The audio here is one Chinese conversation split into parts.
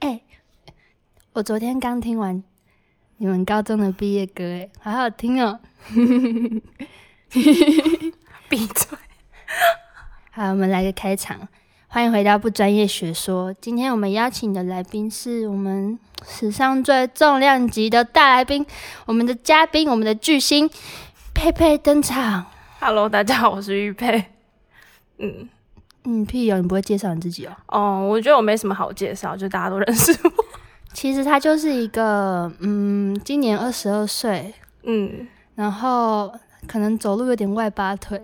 哎我昨天刚听完你们高中的毕业歌，哎，好好听哦。闭嘴。 好，我们来个开场，欢迎回到不专业学说。今天我们邀请的来宾是我们史上最重量级的大来宾，我们的嘉宾，我们的巨星佩佩登场。 Hello，大家好，我是玉佩。嗯，嗯，屁友，你不会介绍你自己哦？哦，我觉得我没什么好介绍，就大家都认识我。 其实他就是一个，嗯，今年二十二岁，嗯，然后可能走路有点外八腿。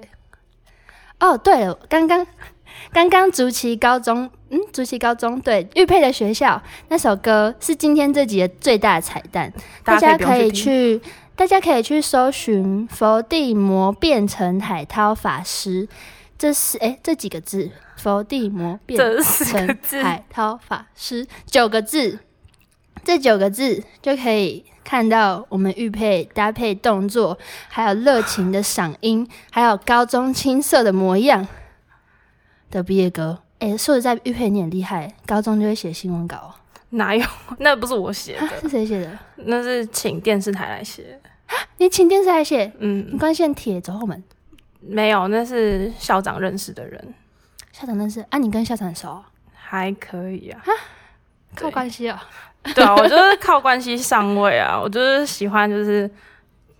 哦，对了，刚刚 刚刚竹崎高中，嗯，竹崎高中对玉佩的学校那首歌是今天这集的最大彩蛋，大家不用可以听。去，大家可以去搜寻佛地魔变成海涛法师，这是诶这几个字，佛地魔变 这四个成字海涛法师九个字，这九个字就可以看到我们玉佩搭配动作，还有热情的嗓音，还有高中青涩的模样的毕业歌。诶，说实在，玉佩你很厉害，高中就会写新闻稿哦，哪有？ 那不是我写啊的，是谁写的？那是请电视台来写。你请电视台写。嗯 你，关线铁走后门，没有，那是校长认识的人，校长认识啊？你跟校长很熟、哦，还可以啊。靠关系哦。对啊，我就是靠关系上位啊，我就是喜欢就是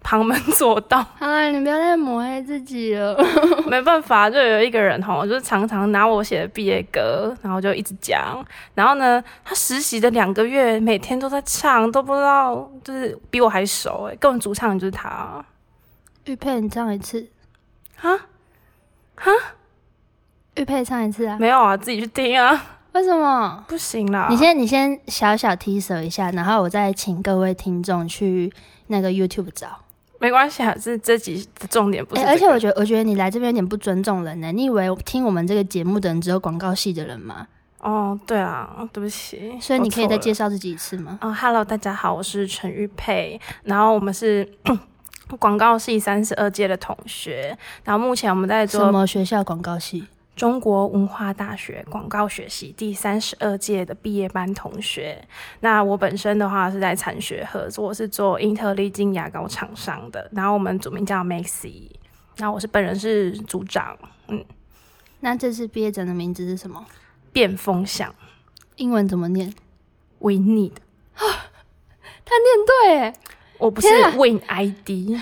旁门左道。好了，你不要再抹黑自己了。 没办法，就有一个人吼，就是常常拿我写的毕业歌，然后就一直讲。然后呢，他实习的两个月，每天都在唱，都不知道就是比我还熟诶、欸，根本主唱就是他啊。玉佩，你唱一次，玉佩唱一次啊？没有啊，自己去听啊， 为什么？不行啦。你先，你先小小提手一下，然后我再请各位听众去那个 YouTube 找。没关系啊，是这集的重点不是、诶这哎而且个我觉得，我觉得你来这边有点不尊重人呢、你以为听我们这个节目的人只有广告系的人吗？哦，对啊，对不起，所以你可以再介绍。绍自己一次吗？哦，Hello，大家好，我是陈玉佩，然后我们是 广告系三十二届的同学，然后目前我们在什做么学校广告系？中国文化大学广告学系第三十二届的毕业班同学。那我本身的话是在产学合作，是做英特利金牙膏厂商的，然后我们组名叫 Maxi，然后我是本人是组长那这次毕业展的名字是什么？变风向英文怎么念？ We Need， 对耶，我不是天啊 Win ID。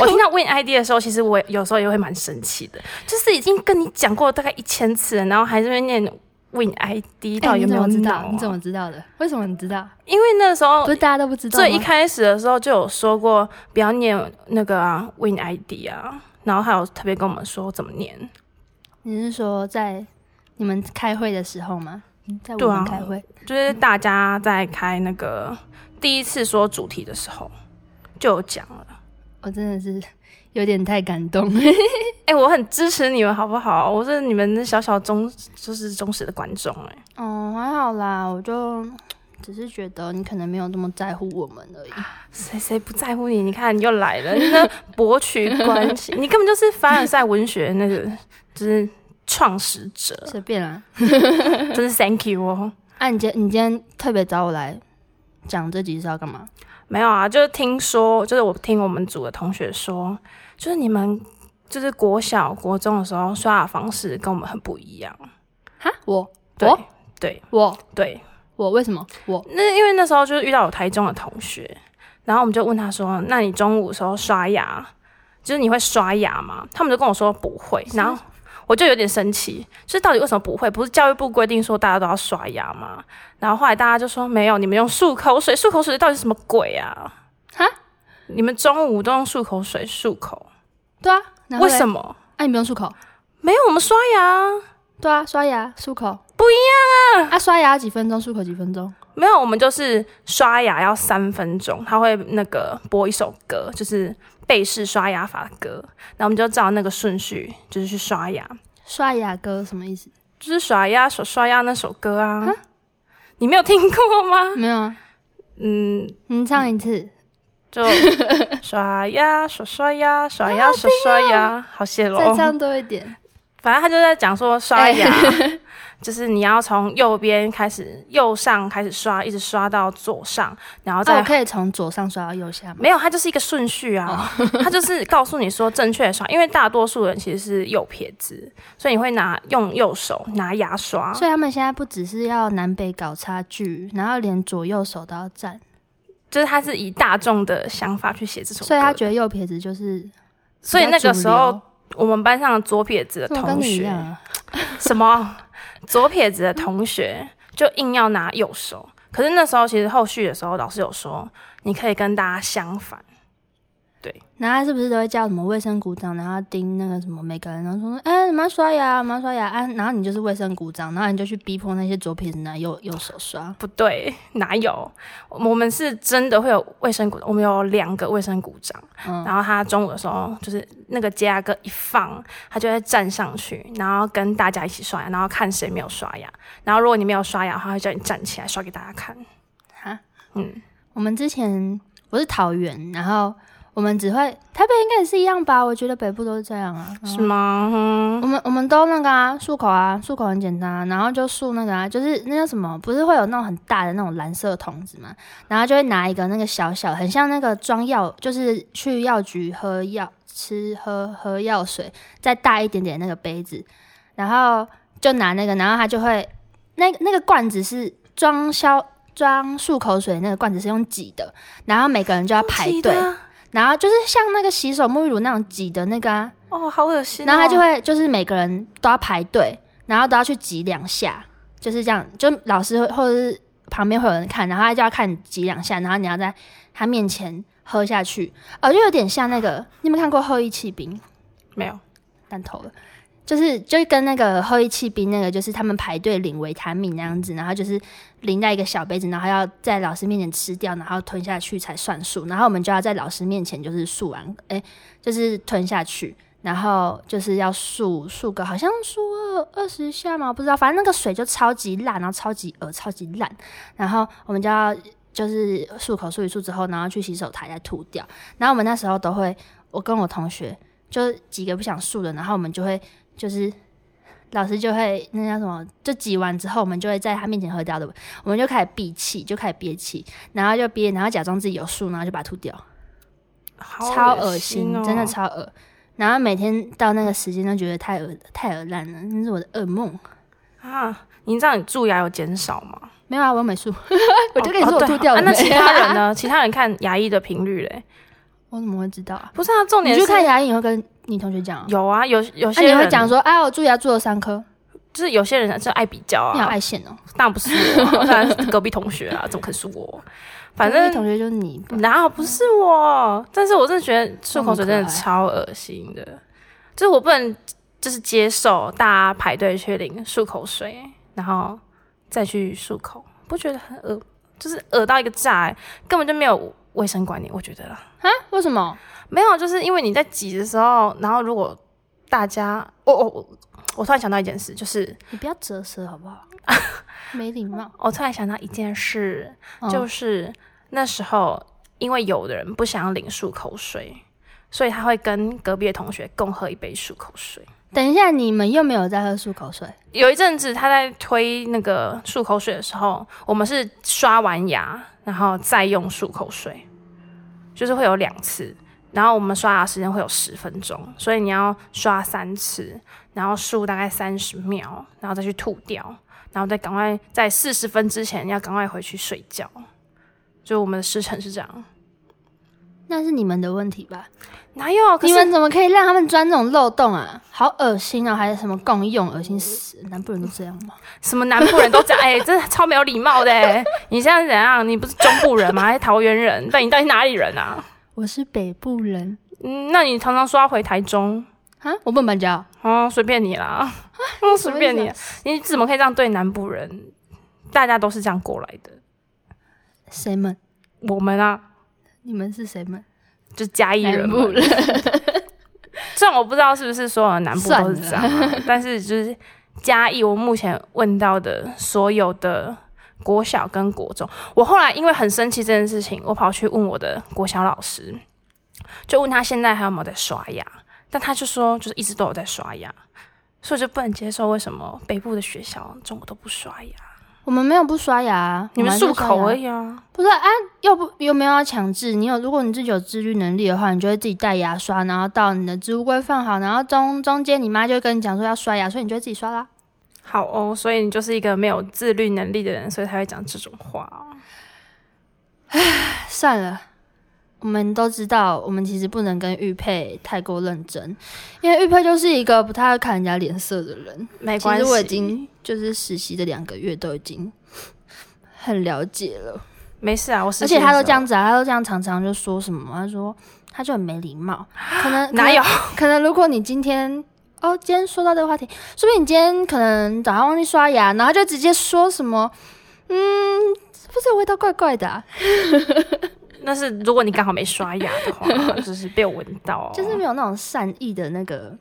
我听到 Win ID 的时候，其实我有时候也会蛮生气的，就是已经跟你讲过大概一千次了，然后还是会念 Win ID，到底有没有哎你怎么知脑道啊？？你怎么知道的？为什么你知道？因为那时候不是大家都不知道吗最一开始的时候就有说过，不要念那个啊 Win ID 啊，然后还有特别跟我们说怎么念。你是说在你们开会的时候吗？嗯在对我啊们开会，就是大家在开那个第一次说主题的时候就有讲了。我真的是有点太感动了。哎、我很支持你们，好不好？我是你们的小小忠，就是忠实的观众、哎，哦，还好啦，我就只是觉得你可能没有那么在乎我们而已。谁谁不在乎你？你看你又来 了，你那博取关系， 你根本就是凡尔赛文学那个，就是创始者，随便啦。真是 Thank you 哦。啊，你今你今天特别找我来讲这集是要干嘛？没有啊，就是听说，就是我听我们组的同学说，就是你们就是国小、国中的时候刷牙方式跟我们很不一样。哈，我对、我对我对，我为什么我？那因为那时候就是遇到有台中的同学，然后我们就问他说：“那你中午的时候刷牙，就是你会刷牙吗？”他们就跟我说不会，然后。我就有点生气，就是到底为什么不会？不是教育部规定说大家都要刷牙吗？然后后来大家就说没有，你们用漱口水，漱口水到底是什么鬼啊？哈，你们中午都用漱口水漱口，对啊，然后为嘞什？么？啊，你不用漱口？没有，我们刷牙啊对啊，刷牙漱口不一样啊。啊，刷牙几分钟，漱口几分钟？没有，我们就是刷牙要三分钟，他会那个播一首歌，就是背式刷牙法的歌，然后我们就照那个顺序就是去刷牙，刷牙歌什么意思？就是刷牙手刷牙那首歌啊，你没有听过吗？没有啊，嗯，你唱一次。就刷牙手刷牙刷牙哦手刷牙，好谢喽。再唱多一点。 反正他就在讲说刷牙，就是你要从右边开始，右上开始刷，一直刷到左上，然后哦，我再可以从左上刷到右下吗？哎没有，它就是一个顺序啊，哦它就是告诉你说正确的刷，因为大多数人其实是右撇子，所以你会拿用右手拿牙刷，所以他们现在不只是要南北搞差距，然后连左右手都要站，就是他是以大众的想法去写这首歌，所以他觉得右撇子就是所以那个时候比我们班上的左撇子的较主流，怎么跟同你一学样，啊？什么 左撇子的同学就硬要拿右手，可是那时候其实后续的时候老师有说，你可以跟大家相反，然后他是不是都会叫什么卫生鼓掌，然后盯那个什么每个人，然后说，哎、你们要刷牙，你们要刷牙，啊，然后你就是卫生鼓掌，然后你就去逼迫那些左撇子拿右右手刷，不对，哪有？我们是真的会有卫生鼓，我们有两个卫生鼓掌。嗯，然后他中午的时候，就是那个接牙哥一放，他就会站上去，然后跟大家一起刷牙，然后看谁没有刷牙。然后如果你没有刷牙的话，他会叫你站起来刷给大家看。哈，嗯，我们之前我是桃园，然后我们只会台北应该也是一样吧？我觉得北部都是这样啊。是吗？嗯我们我们都那个啊，漱口啊，漱口很简单、啊，然后就漱那个啊，就是那叫什么，不是会有那种很大的那种蓝色桶子嘛，然后就会拿一个那个小小，很像那个装药，就是去药局喝药、吃喝喝药水，再大一点点那个杯子，然后就拿那个，然后它就会那那个罐子是装消装漱口水的那个罐子是用挤的，然后每个人就要排挤队，的然后就是像那个洗手沐浴乳那种挤的那个啊。哦，好恶心哦、然后他就会就是每个人都要排队，然后都要去挤两下，就是这样。就老师会或者是旁边会有人看，然后他就要看你挤两下，然后你要在他面前喝下去，哦，就有点像那个你有没有看过《后羿弃兵》？没有。弹头了。就是就跟那个后羿弃兵那个，就是他们排队领维他命那样子，然后就是淋在一个小杯子，然后要在老师面前吃掉，然后吞下去才算数。然后我们就要在老师面前就是漱完，哎、就是吞下去，然后就是要漱漱个好像漱二二十下嘛，我不知道，反正那个水就超级烂，然后超级恶，超级烂。然后我们就要就是漱口漱一漱之后，然后去洗手台再吐掉。然后我们那时候都会，我跟我同学就几个不想漱的，然后我们就会就是老师就会那叫什么，就挤完之后，我们就会在他面前喝掉的，我们就开始闭气，就开始憋气，然后就憋，然后假装自己有漱，然后就把它吐掉，好超恶恶心，哦真的超恶。然后每天到那个时间都觉得太恶太恶烂了，那是我的噩梦。啊！你知道你蛀牙有减少吗？没有啊，我有美术， 我就跟你哦说我对吐掉了、啊。那其他人？呢？其他人看牙医的频率嘞？ 我怎么会知道啊？不是啊，重你点去是看牙医，你会跟你同学讲啊？有啊，有有那、些你人会讲，说，哎，我蛀牙蛀了三颗，就是有些人是爱比较你好啊。爱现哦。当然不是我，当然是隔壁同学啊，怎么可能是我？反隔壁正嗯同学就是你吧，哪有不是我？但是我真的觉得漱口水真那么可爱的超恶心的，就是我不能就是接受大家排队去领漱口水，然后再去漱口，不觉得很恶？就是恶到一个炸、欸，根本就没有卫生观念，我觉得啦。啊？为什么？没有，就是因为你在挤的时候，然后如果大家，我我我，我突然想到一件事，就是你不要折舌好不 好？没礼貌。我突然想到一件事，嗯就是那时候因为有的人不想领漱口水，所以他会跟隔壁的同学共喝一杯漱口水。等一下，你们又没有在喝漱口水，有一阵子他在推那个漱口水的时候，我们是刷完牙然后再用漱口水，就是会有两次。然后我们刷牙时间会有十分钟，所以你要刷三次，然后漱大概三十秒，然后再去吐掉，然后再赶快在四十分之前要赶快回去睡觉。就我们的时辰是这样，那是你们的问题吧？哪有？啊可你是们怎么哦可以让他们钻这种漏洞啊？好恶心哦！还有什么共用，恶心死了！南部人都这样吗？什么南部人都讲， 哎、真的超没有礼貌的、欸。你现在是怎样？你不是中部人吗？还是桃园人？但你到底哪里人啊？我是北部人嗯，那你常常说要回台中，啊，我不能搬家，哦，随便你啦，啊嗯，随便你，你怎么可以这样对南部人？大家都是这样过来的，谁们？我们啊，你们是谁们？就嘉义人南嘛部。人。 虽然我不知道是不是所有的南部都是这样算啊、 但是就是嘉义，我目前问到的所有的国小跟国中，我后来因为很生气这件事情，我跑去问我的国小老师，就问他现在还有没有在刷牙，但他就说就是一直都有在刷牙。所以我就不能接受为什么北部的学校中午都不刷牙，我们没有不刷牙啊，你们我还是漱刷口牙而已啊。不是啊，又不又没有要强制你有，如果你自己有自律能力的话，你就会自己带牙刷，然后到你的置物柜放好，然后中中间你妈就会跟你讲说要刷牙，所以你就会自己刷啦。好哦，所以你就是一个没有自律能力的人，所以才会讲这种话哦、算了，我们都知道，我们其实不能跟玉佩太过认真，因为玉佩就是一个不太会看人家脸色的人。没其关实系，我已经就是实习的两个月都已经很了解了。没事啊。我而且他都这，样子啊，他都这样常常就说什么，他说他就很没礼貌，可 能哪有？可能可能如果你今天哦，今天说到这个话题，说不定你今天可能早上忘记刷牙，然后他就直接说什么，嗯，是不是有味道怪怪的啊、那是如果你刚好没刷牙的话，就是被我闻到、哦，就是没有那种善意的那个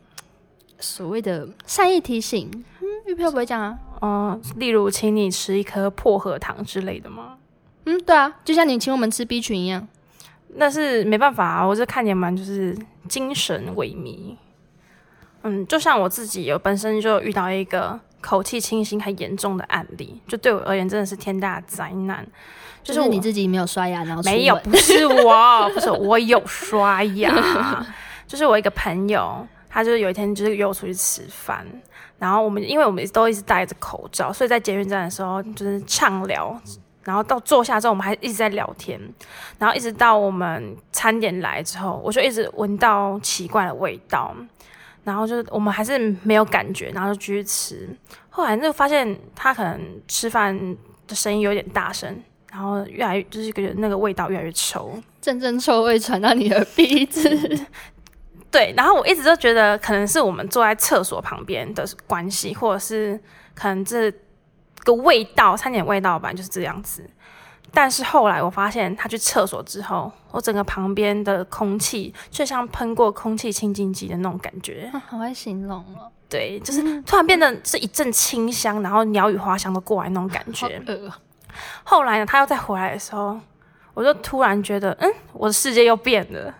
所谓的善意提醒。嗯，玉佩不会这样啊。哦、例如请你吃一颗薄荷糖之类的吗？嗯，对啊，就像你请我们吃 B 群一样。那是没办法啊，我这看你们就是精神萎靡。嗯，就像我自己有本身就遇到一个口气清新很严重的案例，就对我而言真的是天大的灾难。就就是是我你自己没有刷牙，然后没有，初吻不是我，不是我我有刷牙，就是我一个朋友，他就是有一天就是约我出去吃饭，然后我们因为我们都一直戴着口罩，所以在捷运站的时候就是畅聊，然后到坐下之后我们还一直在聊天，然后一直到我们餐点来之后，我就一直闻到奇怪的味道。然后就是我们还是没有感觉，然后就继续吃。后来就发现他可能吃饭的声音有点大声，然后越来越就是感觉那个味道越来越臭。阵阵臭味传到你的鼻 子，对，然后我一直都觉得可能是我们坐在厕所旁边的关系，或者是可能这个味道餐点味道吧，就是这样子。但是后来我发现他去厕所之后，我整个旁边的空气就像喷过空气清净剂的那种感觉，好会形容哦。对，就是突然变得是一阵清香，然后鸟语花香都过来那种感好觉。恶哦后来呢，他又再回来的时候，我就突然觉得，嗯，我的世界又变了。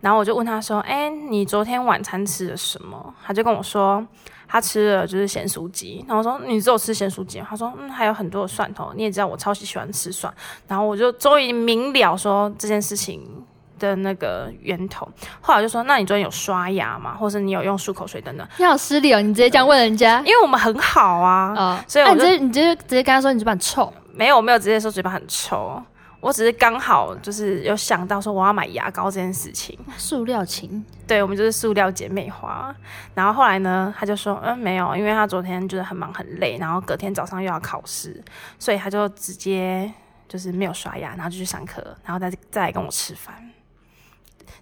然后我就问他说：“哎、你昨天晚餐吃了什么？”他就跟我说，他吃了就是咸酥鸡。然后我说：“你只有吃咸酥鸡吗？”他说：“嗯，还有很多的蒜头。你也知道我超级喜欢吃蒜。”然后我就终于明了说这件事情的那个源头。后来我就说：“那你昨天有刷牙吗？或是你有用漱口水等等你好失礼哦，你直接这样问人家因。为我们很好啊。哦，所以那我你就直接你直接直接跟他说你嘴巴很臭，没有，我没有直接说嘴巴很臭，我只是刚好就是有想到说我要买牙膏这件事情。塑料情。对，我们就是塑料姐妹花。然后后来呢，他就说，嗯，没有，因为他昨天就是很忙很累，然后隔天早上又要考试，所以他就直接就是没有刷牙，然后就去上课，然后再再来跟我吃饭。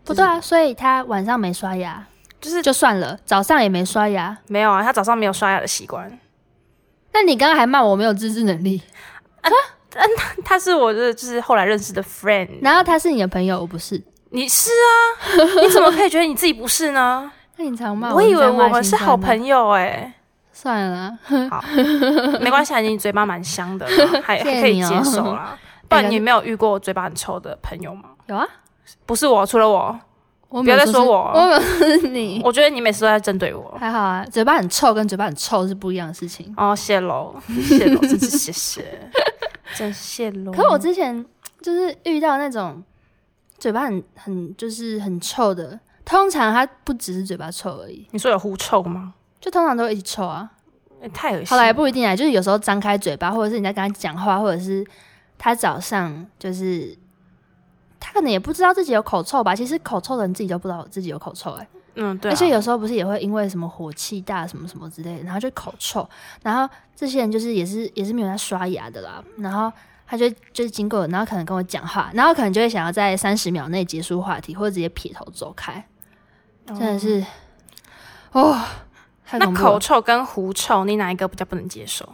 不对啊，所以他晚上没刷牙就是就算了，早上也没刷牙。没有啊，他早上没有刷牙的习惯。那你刚刚还骂我没有自制能力，他是我的就是后来认识的 friend，然后他是你的朋友，我不是。你是啊，你怎么可以觉得你自己不是呢？那你常骂我以为你在骂我们是心酸好呢朋友哎、算了啊，好， 没关系啊，你嘴巴蛮香的啦，还谢谢还可以你哦哎接受 啦。不然你没有遇过嘴巴很臭的朋友吗？有啊，不是我，除了我，我不没有要再是说我哦我没有说是你。我觉得你每次都在针对我。还好啊，嘴巴很臭跟嘴巴很臭是不一样的事情。哦，谢喽，谢喽，真是 谢谢，真谢喽。可我之前就是遇到那种嘴巴很很就是很臭的，通常他不只是嘴巴臭而已，你说有狐臭吗？就通常都会一起臭啊。欸太恶心好了。了，也不一定啊，就是有时候张开嘴巴，或者是你在跟他讲话，或者是他早上就是他可能也不知道自己有口臭吧。其实口臭的人自己都不知道自己有口臭哎、嗯，对、啊，而且有时候不是也会因为什么火气大什么什么之类的，然后就口臭，然后这些人就是也是也是没有在刷牙的啦，然后他就就是经过，然后可能跟我讲话，然后可能就会想要在三十秒内结束话题，或者直接撇头走开，真的是，哦，太那恐怖口了臭跟狐臭，你哪一个比较不能接受？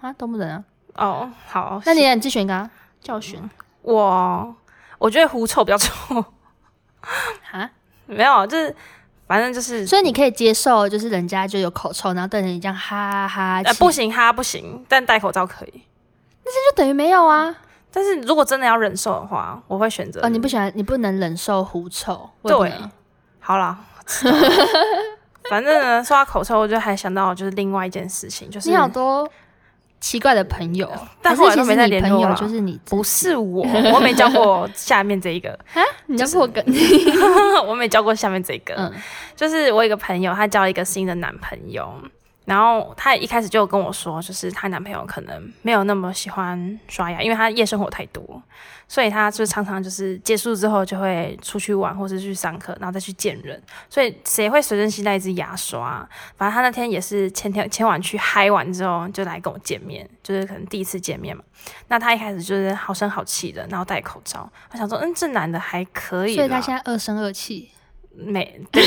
啊，都不能啊，哦，好，那你呢你自选一个、啊、教训嗯我我觉得狐臭比较臭， 啊，没有，就是反正就是所以你可以接受，就是人家就有口臭，然后对着你这样哈哈呃气，不行哈不行，但戴口罩可以。就等于没有啊，但是如果真的要忍受的话，我会选择哦，你不喜欢，你不能忍受狐臭，我也不 对能好啦，反正呢，说到口臭，我就还想到就是另外一件事情，就是你好多奇怪的朋友，但还后来是都其没实再你联朋络友了就是你自己不是我， 我没教过下面这一个，啊？你在破梗？ 我没教过下面这个，嗯就是我有一个朋友，她交了一个新的男朋友，然后她一开始就有跟我说，就是她男朋友可能没有那么喜欢刷牙，因为她夜生活太多，所以她就常常就是结束之后就会出去玩，或是去上课，然后再去见人，所以谁会随身携带一支牙刷？反正她那天也是前天前晚去嗨完之后，就来跟我见面，就是可能第一次见面嘛。那她一开始就是好声好气的，然后戴口罩，我想说，嗯，这男的还可以啦，所以他现在二生二气，没 对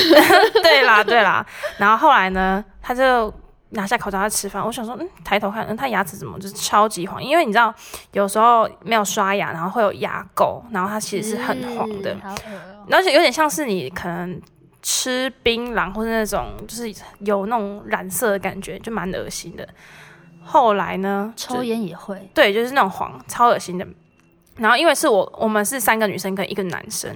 对啦对啦，然后后来呢，他就拿下口罩在吃饭，我想说，嗯，抬头看，嗯，他牙齿怎么就是超级黄？因为你知道，有时候没有刷牙，然后会有牙垢，然后它其实是很黄的嗯，好恶哦而且有点像是你可能吃槟榔或者那种就是有那种染色的感觉，就蛮恶心的。后来呢，就抽烟也会，对，就是那种黄，超恶心的。然后因为是我，我们是三个女生跟一个男生，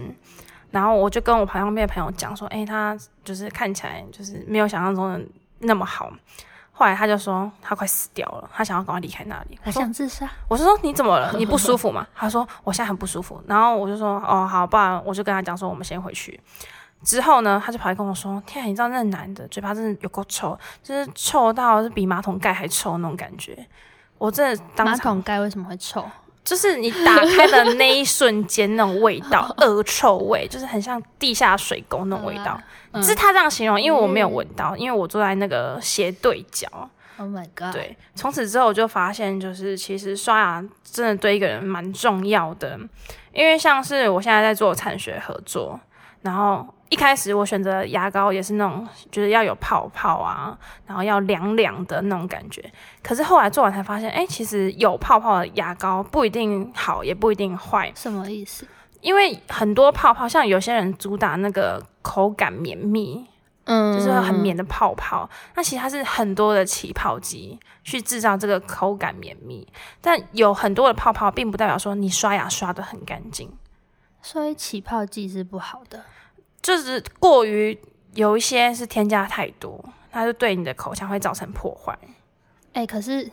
然后我就跟我旁边的朋友讲说，哎、他就是看起来就是没有想象中的那么好。后来他就说他快死掉了，他想要赶快离开那里。我他说想自杀，我是说你怎么了？你不舒服吗？他说我现在很不舒服。然后我就说哦好，不然我就跟他讲说我们先回去。之后呢，他就跑来跟我说：“天啊，你知道那个男的嘴巴真的有够臭，就是臭到是比马桶盖还臭那种感觉。”我真的当马场桶盖为什么会臭？就是你打开的那一瞬间，那种味道，恶臭味，就是很像地下水沟那种味道。嗯是他这样形容，因为我没有闻到，因为我坐在那个斜对角。 ，Oh my god！，对，从此之后我就发现，就是其实刷牙真的对一个人蛮重要的，因为像是我现在在做产学合作，然后一开始我选择牙膏也是那种就是要有泡泡啊，然后要凉凉的那种感觉，可是后来做完才发现，哎、其实有泡泡的牙膏不一定好，也不一定坏，什么意思？因为很多泡泡，像有些人主打那个口感绵密，嗯就是很绵的泡泡。那其实它是很多的起泡机去制造这个口感绵密，但有很多的泡泡，并不代表说你刷牙刷的很干净，所以起泡剂是不好的。就是过于有一些是添加太多，它就对你的口腔会造成破坏。哎、可是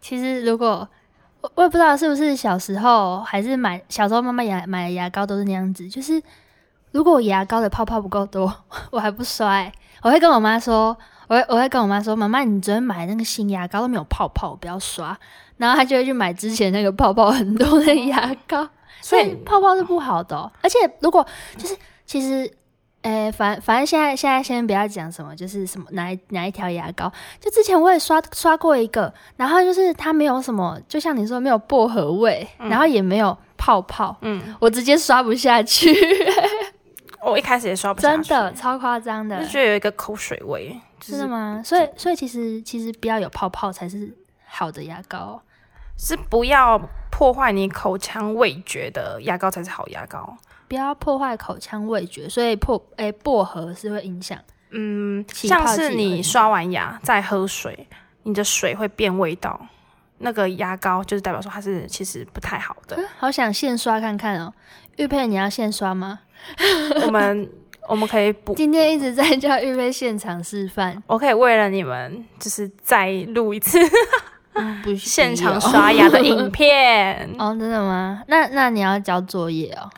其实如果我我也不知道是不是小时候还是买小时候妈妈牙买的牙膏都是那样子，就是如果我牙膏的泡泡不够多，我还不刷、欸，我会跟我妈说，我会我会跟我妈说，妈妈，你昨天买那个新牙膏都没有泡泡，我不要刷，然后她就会去买之前那个泡泡很多的牙膏，所所以以泡泡是不好的哦、而且如果就是其实。诶、反反正现在现在先不要讲什么，就是什么哪一哪一条牙膏，就之前我也刷刷过一个，然后就是它没有什么，就像你说没有薄荷味，然后也没有泡泡，嗯，我直接刷不下 去，我一开始也刷不下真去，的超夸张的就，觉得有一个口水味，就真的是吗？所以所以其实其实不要有泡泡才是好的牙膏哦，是不要破坏你口腔味觉的牙膏才是好牙膏。不要破坏口腔味觉，所以破诶、薄荷是会影响。嗯，起像泡是剂你会刷完牙再喝水，你的水会变味道，那个牙膏就是代表说它是其实不太好 的。好想现刷看看哦，玉佩你要现刷吗？ 我们我们可以补，今天一直在叫玉佩现场示范，我可以为了你们就是再录 一次嗯，不。啊现场刷牙的影片 哦，真的吗？那那你要交作业哦，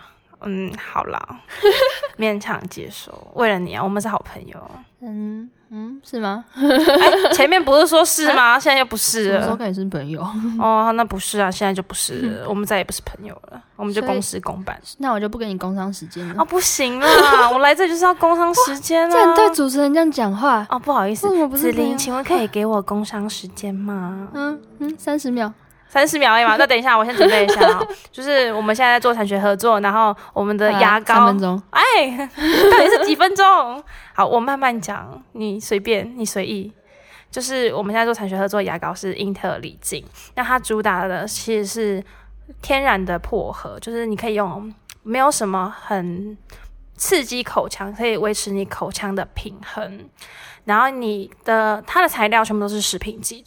嗯，好啦，勉强接受。为了你啊，我们是好朋友。嗯嗯，是吗？前面不是说是吗？现在又不是什么时候 了。跟你是朋友？哦，那不是啊，现在就不是 了，我们再也不是朋友了，我们就所以公事公办。那我就不跟你工商时间了。 哦，不行啦，我来这就是要工商时间这样啦。对主持人这样讲话，哦，不好意为思，什么不子是琳，这样请问可以给我工商时间吗？嗯嗯，三十秒，三十秒而已嘛，那等一下，我先准备一下啊。就是我们现在在做产学合作，然后我们的好啦牙 三膏分，钟，哎， 到底是几分钟？好，我慢慢讲，你随便，你随意。就是我们现在做产学合作的牙膏是英特尔礼净，那它主打的其实是天然的薄荷，就是你可以用，没有什么很刺激口腔，可以维持你口腔的平衡。然后你的它的材料全部都是食品级，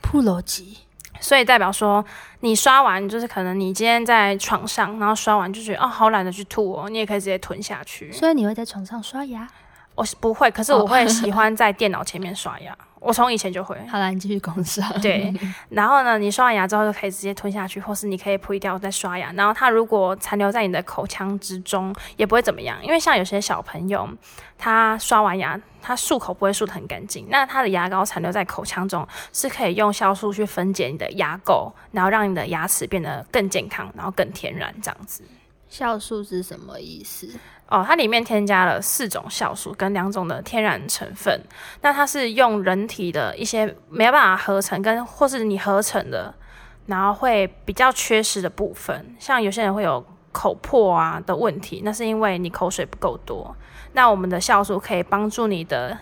铺楼级，所以代表说，你刷完就是可能你今天在床上，然后刷完就觉得哦，好懒得去吐哦，你也可以直接吞下去。所以你会在床上刷牙，我是不会，可是我会喜欢在电脑前面刷牙。 我从以前就会。好啦，你继续工伤。对，然后呢，你刷完牙之后就可以直接吞下去，或是你可以呸掉再刷牙。然后它如果残留在你的口腔之中，也不会怎么样，因为像有些小朋友，他刷完牙，他漱口不会漱得很干净，那他的牙膏残留在口腔中，是可以用酵素去分解你的牙垢，然后让你的牙齿变得更健康，然后更天然这样子。 酵素是什么意思？哦，它里面添加了四种酵素跟两种的天然成分。那它是用人体的一些没有办法合成跟或是你合成的，然后会比较缺失的部分，像有些人会有口破啊的问题，那是因为你口水不够多。那我们的酵素可以帮助你的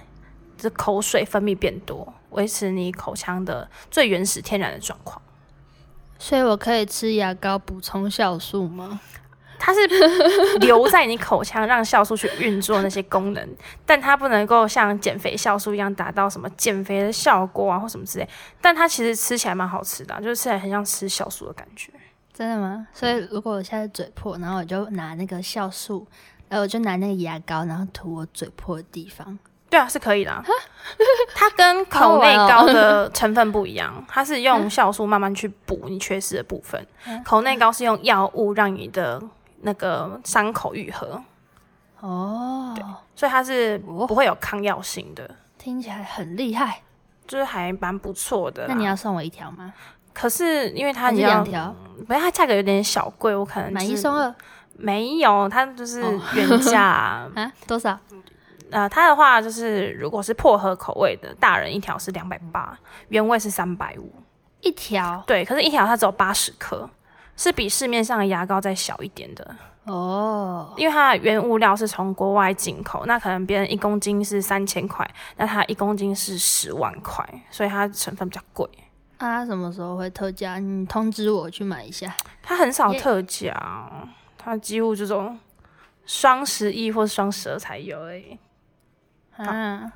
这口水分泌变多，维持你口腔的最原始天然的状况。所以我可以吃牙膏补充酵素吗？它是留在你口腔，让酵素去运作那些功能，但它不能够像减肥酵素一样达到什么减肥的效果啊，或什么之类。但它其实吃起来蛮好吃的啊、就是吃起来很像吃酵素的感觉。真的吗？所以如果我现在嘴破，然后我就拿那个酵素，然后我就拿那个牙膏，然后涂我嘴破的地方。对啊，是可以的啊。 它跟口内膏的成分不一样，它是用酵素慢慢去补你缺失的部分。口内膏是用药物让你的那个伤口愈合，哦，所以它是不会有抗药性的，听起来很厉害。就是还蛮不错的啦。那你要送我一条吗？可是因为它还是啊你要两，条，不是它价格有点小贵，我可能买就是一送二没有，它就是哦原价 啊、啊？多少？呃，它的话就是如果是薄荷口味的，大人一条是两百八，原味是三百五。一条对，可是一条它只有八十克，是比市面上的牙膏再小一点的，哦，因为它的原物料是从国外进口，那可能别人一公斤是三千块，那它一公斤是十万块，所以它成分比较贵。啊，什么时候会特价？你通知我去买一下。它很少也特价哦，它几乎这种双十一或双十二才有而已。啊，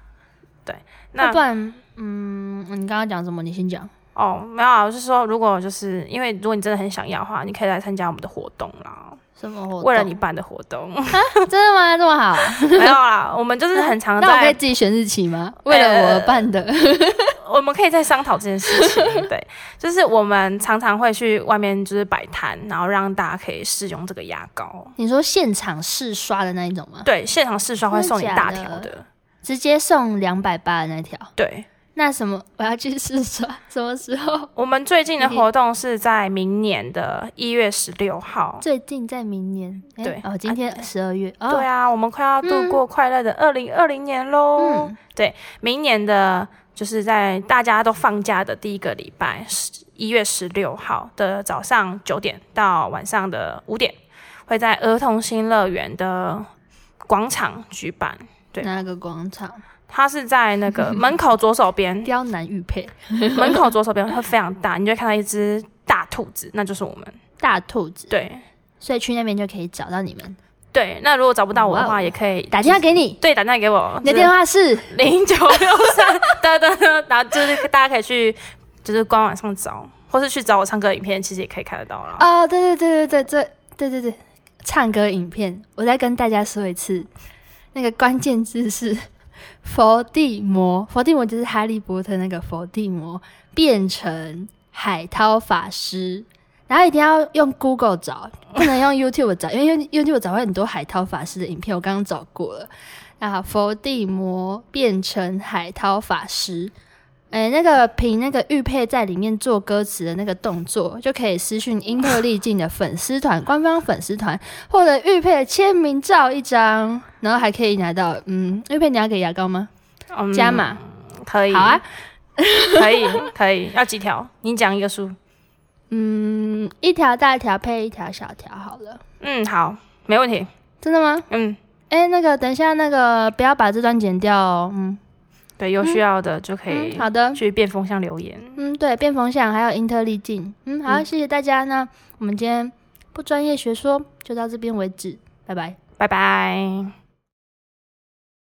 那那不然，嗯，你刚刚讲什么？你先讲。哦，没有啊，我是说，如果就是因为如果你真的很想要的话，你可以来参加我们的活动啦，什么活动？为了你 办的活动。真的吗？这么好？没有啊啦，我们就是很常那我可以在，呃自己选日期吗？为了我办的，我们可以在商讨这件事情。 对，就是我们常常会去外面就是摆摊，然后让大家可以试用这个牙膏。你说现场试刷的那一种吗？对，现场试刷会真的送你假大的条的。直接送两百八的那条。对，那什么，我要去试刷， 什么时候？我们最近的嗯活动是在明年的一月十六号。最近在明年，诶对啊哦，今天十二月，哦，对啊，我们快要度过快乐的二零二零年喽。嗯明年的就是在大家都放假的第一个礼拜，一月十六号的早上九点到晚上的五点，会在儿童新乐园的广场举办。对那个广场，它是在那个门口左手 边，刁难玉佩，门口左手边会非常大，你就会看到一只大兔子，那就是我们。大兔子，对所以去那边就可以找到你们，对，那如果找不到我的哇话，哦也可以打电话给你，对，打电话给我，你的电话是零九六三，哒哒哒，然后就是大家可以去就是官网上找，或是去找我唱歌的影片，其实也可以看得到啦。哦，对对对对对对对对对，唱歌影片，我再跟大家说一次，那个关键字是伏地魔，伏地魔就是哈利波特那个伏地魔变成海涛法师，然后一定要用 Google 找，不能用 YouTube 找，因为 YouTube 找会很多海涛法师的影片，我刚刚找过了。啊，伏地魔变成海涛法师，哎，那个凭那个玉佩在里面做歌词的那个动作，就可以私讯英特丽静的粉丝团官方粉丝团，获得玉佩的签名照一张，然后还可以拿到嗯，玉佩你要给牙膏吗？嗯哦加码、可以，好啊，，可以，可以，要几条？你讲一个数。嗯，一条大条配一条小条好了，嗯，好，没问题。真的吗？嗯，哎，那个等一下那个不要把这段剪掉哦，嗯对，有需要的就可以嗯，好的，去变风向留言。嗯对，变风向还有英特丽静，嗯好，谢谢大家，那我们今天不专业学说就到这边为止，拜拜。拜拜。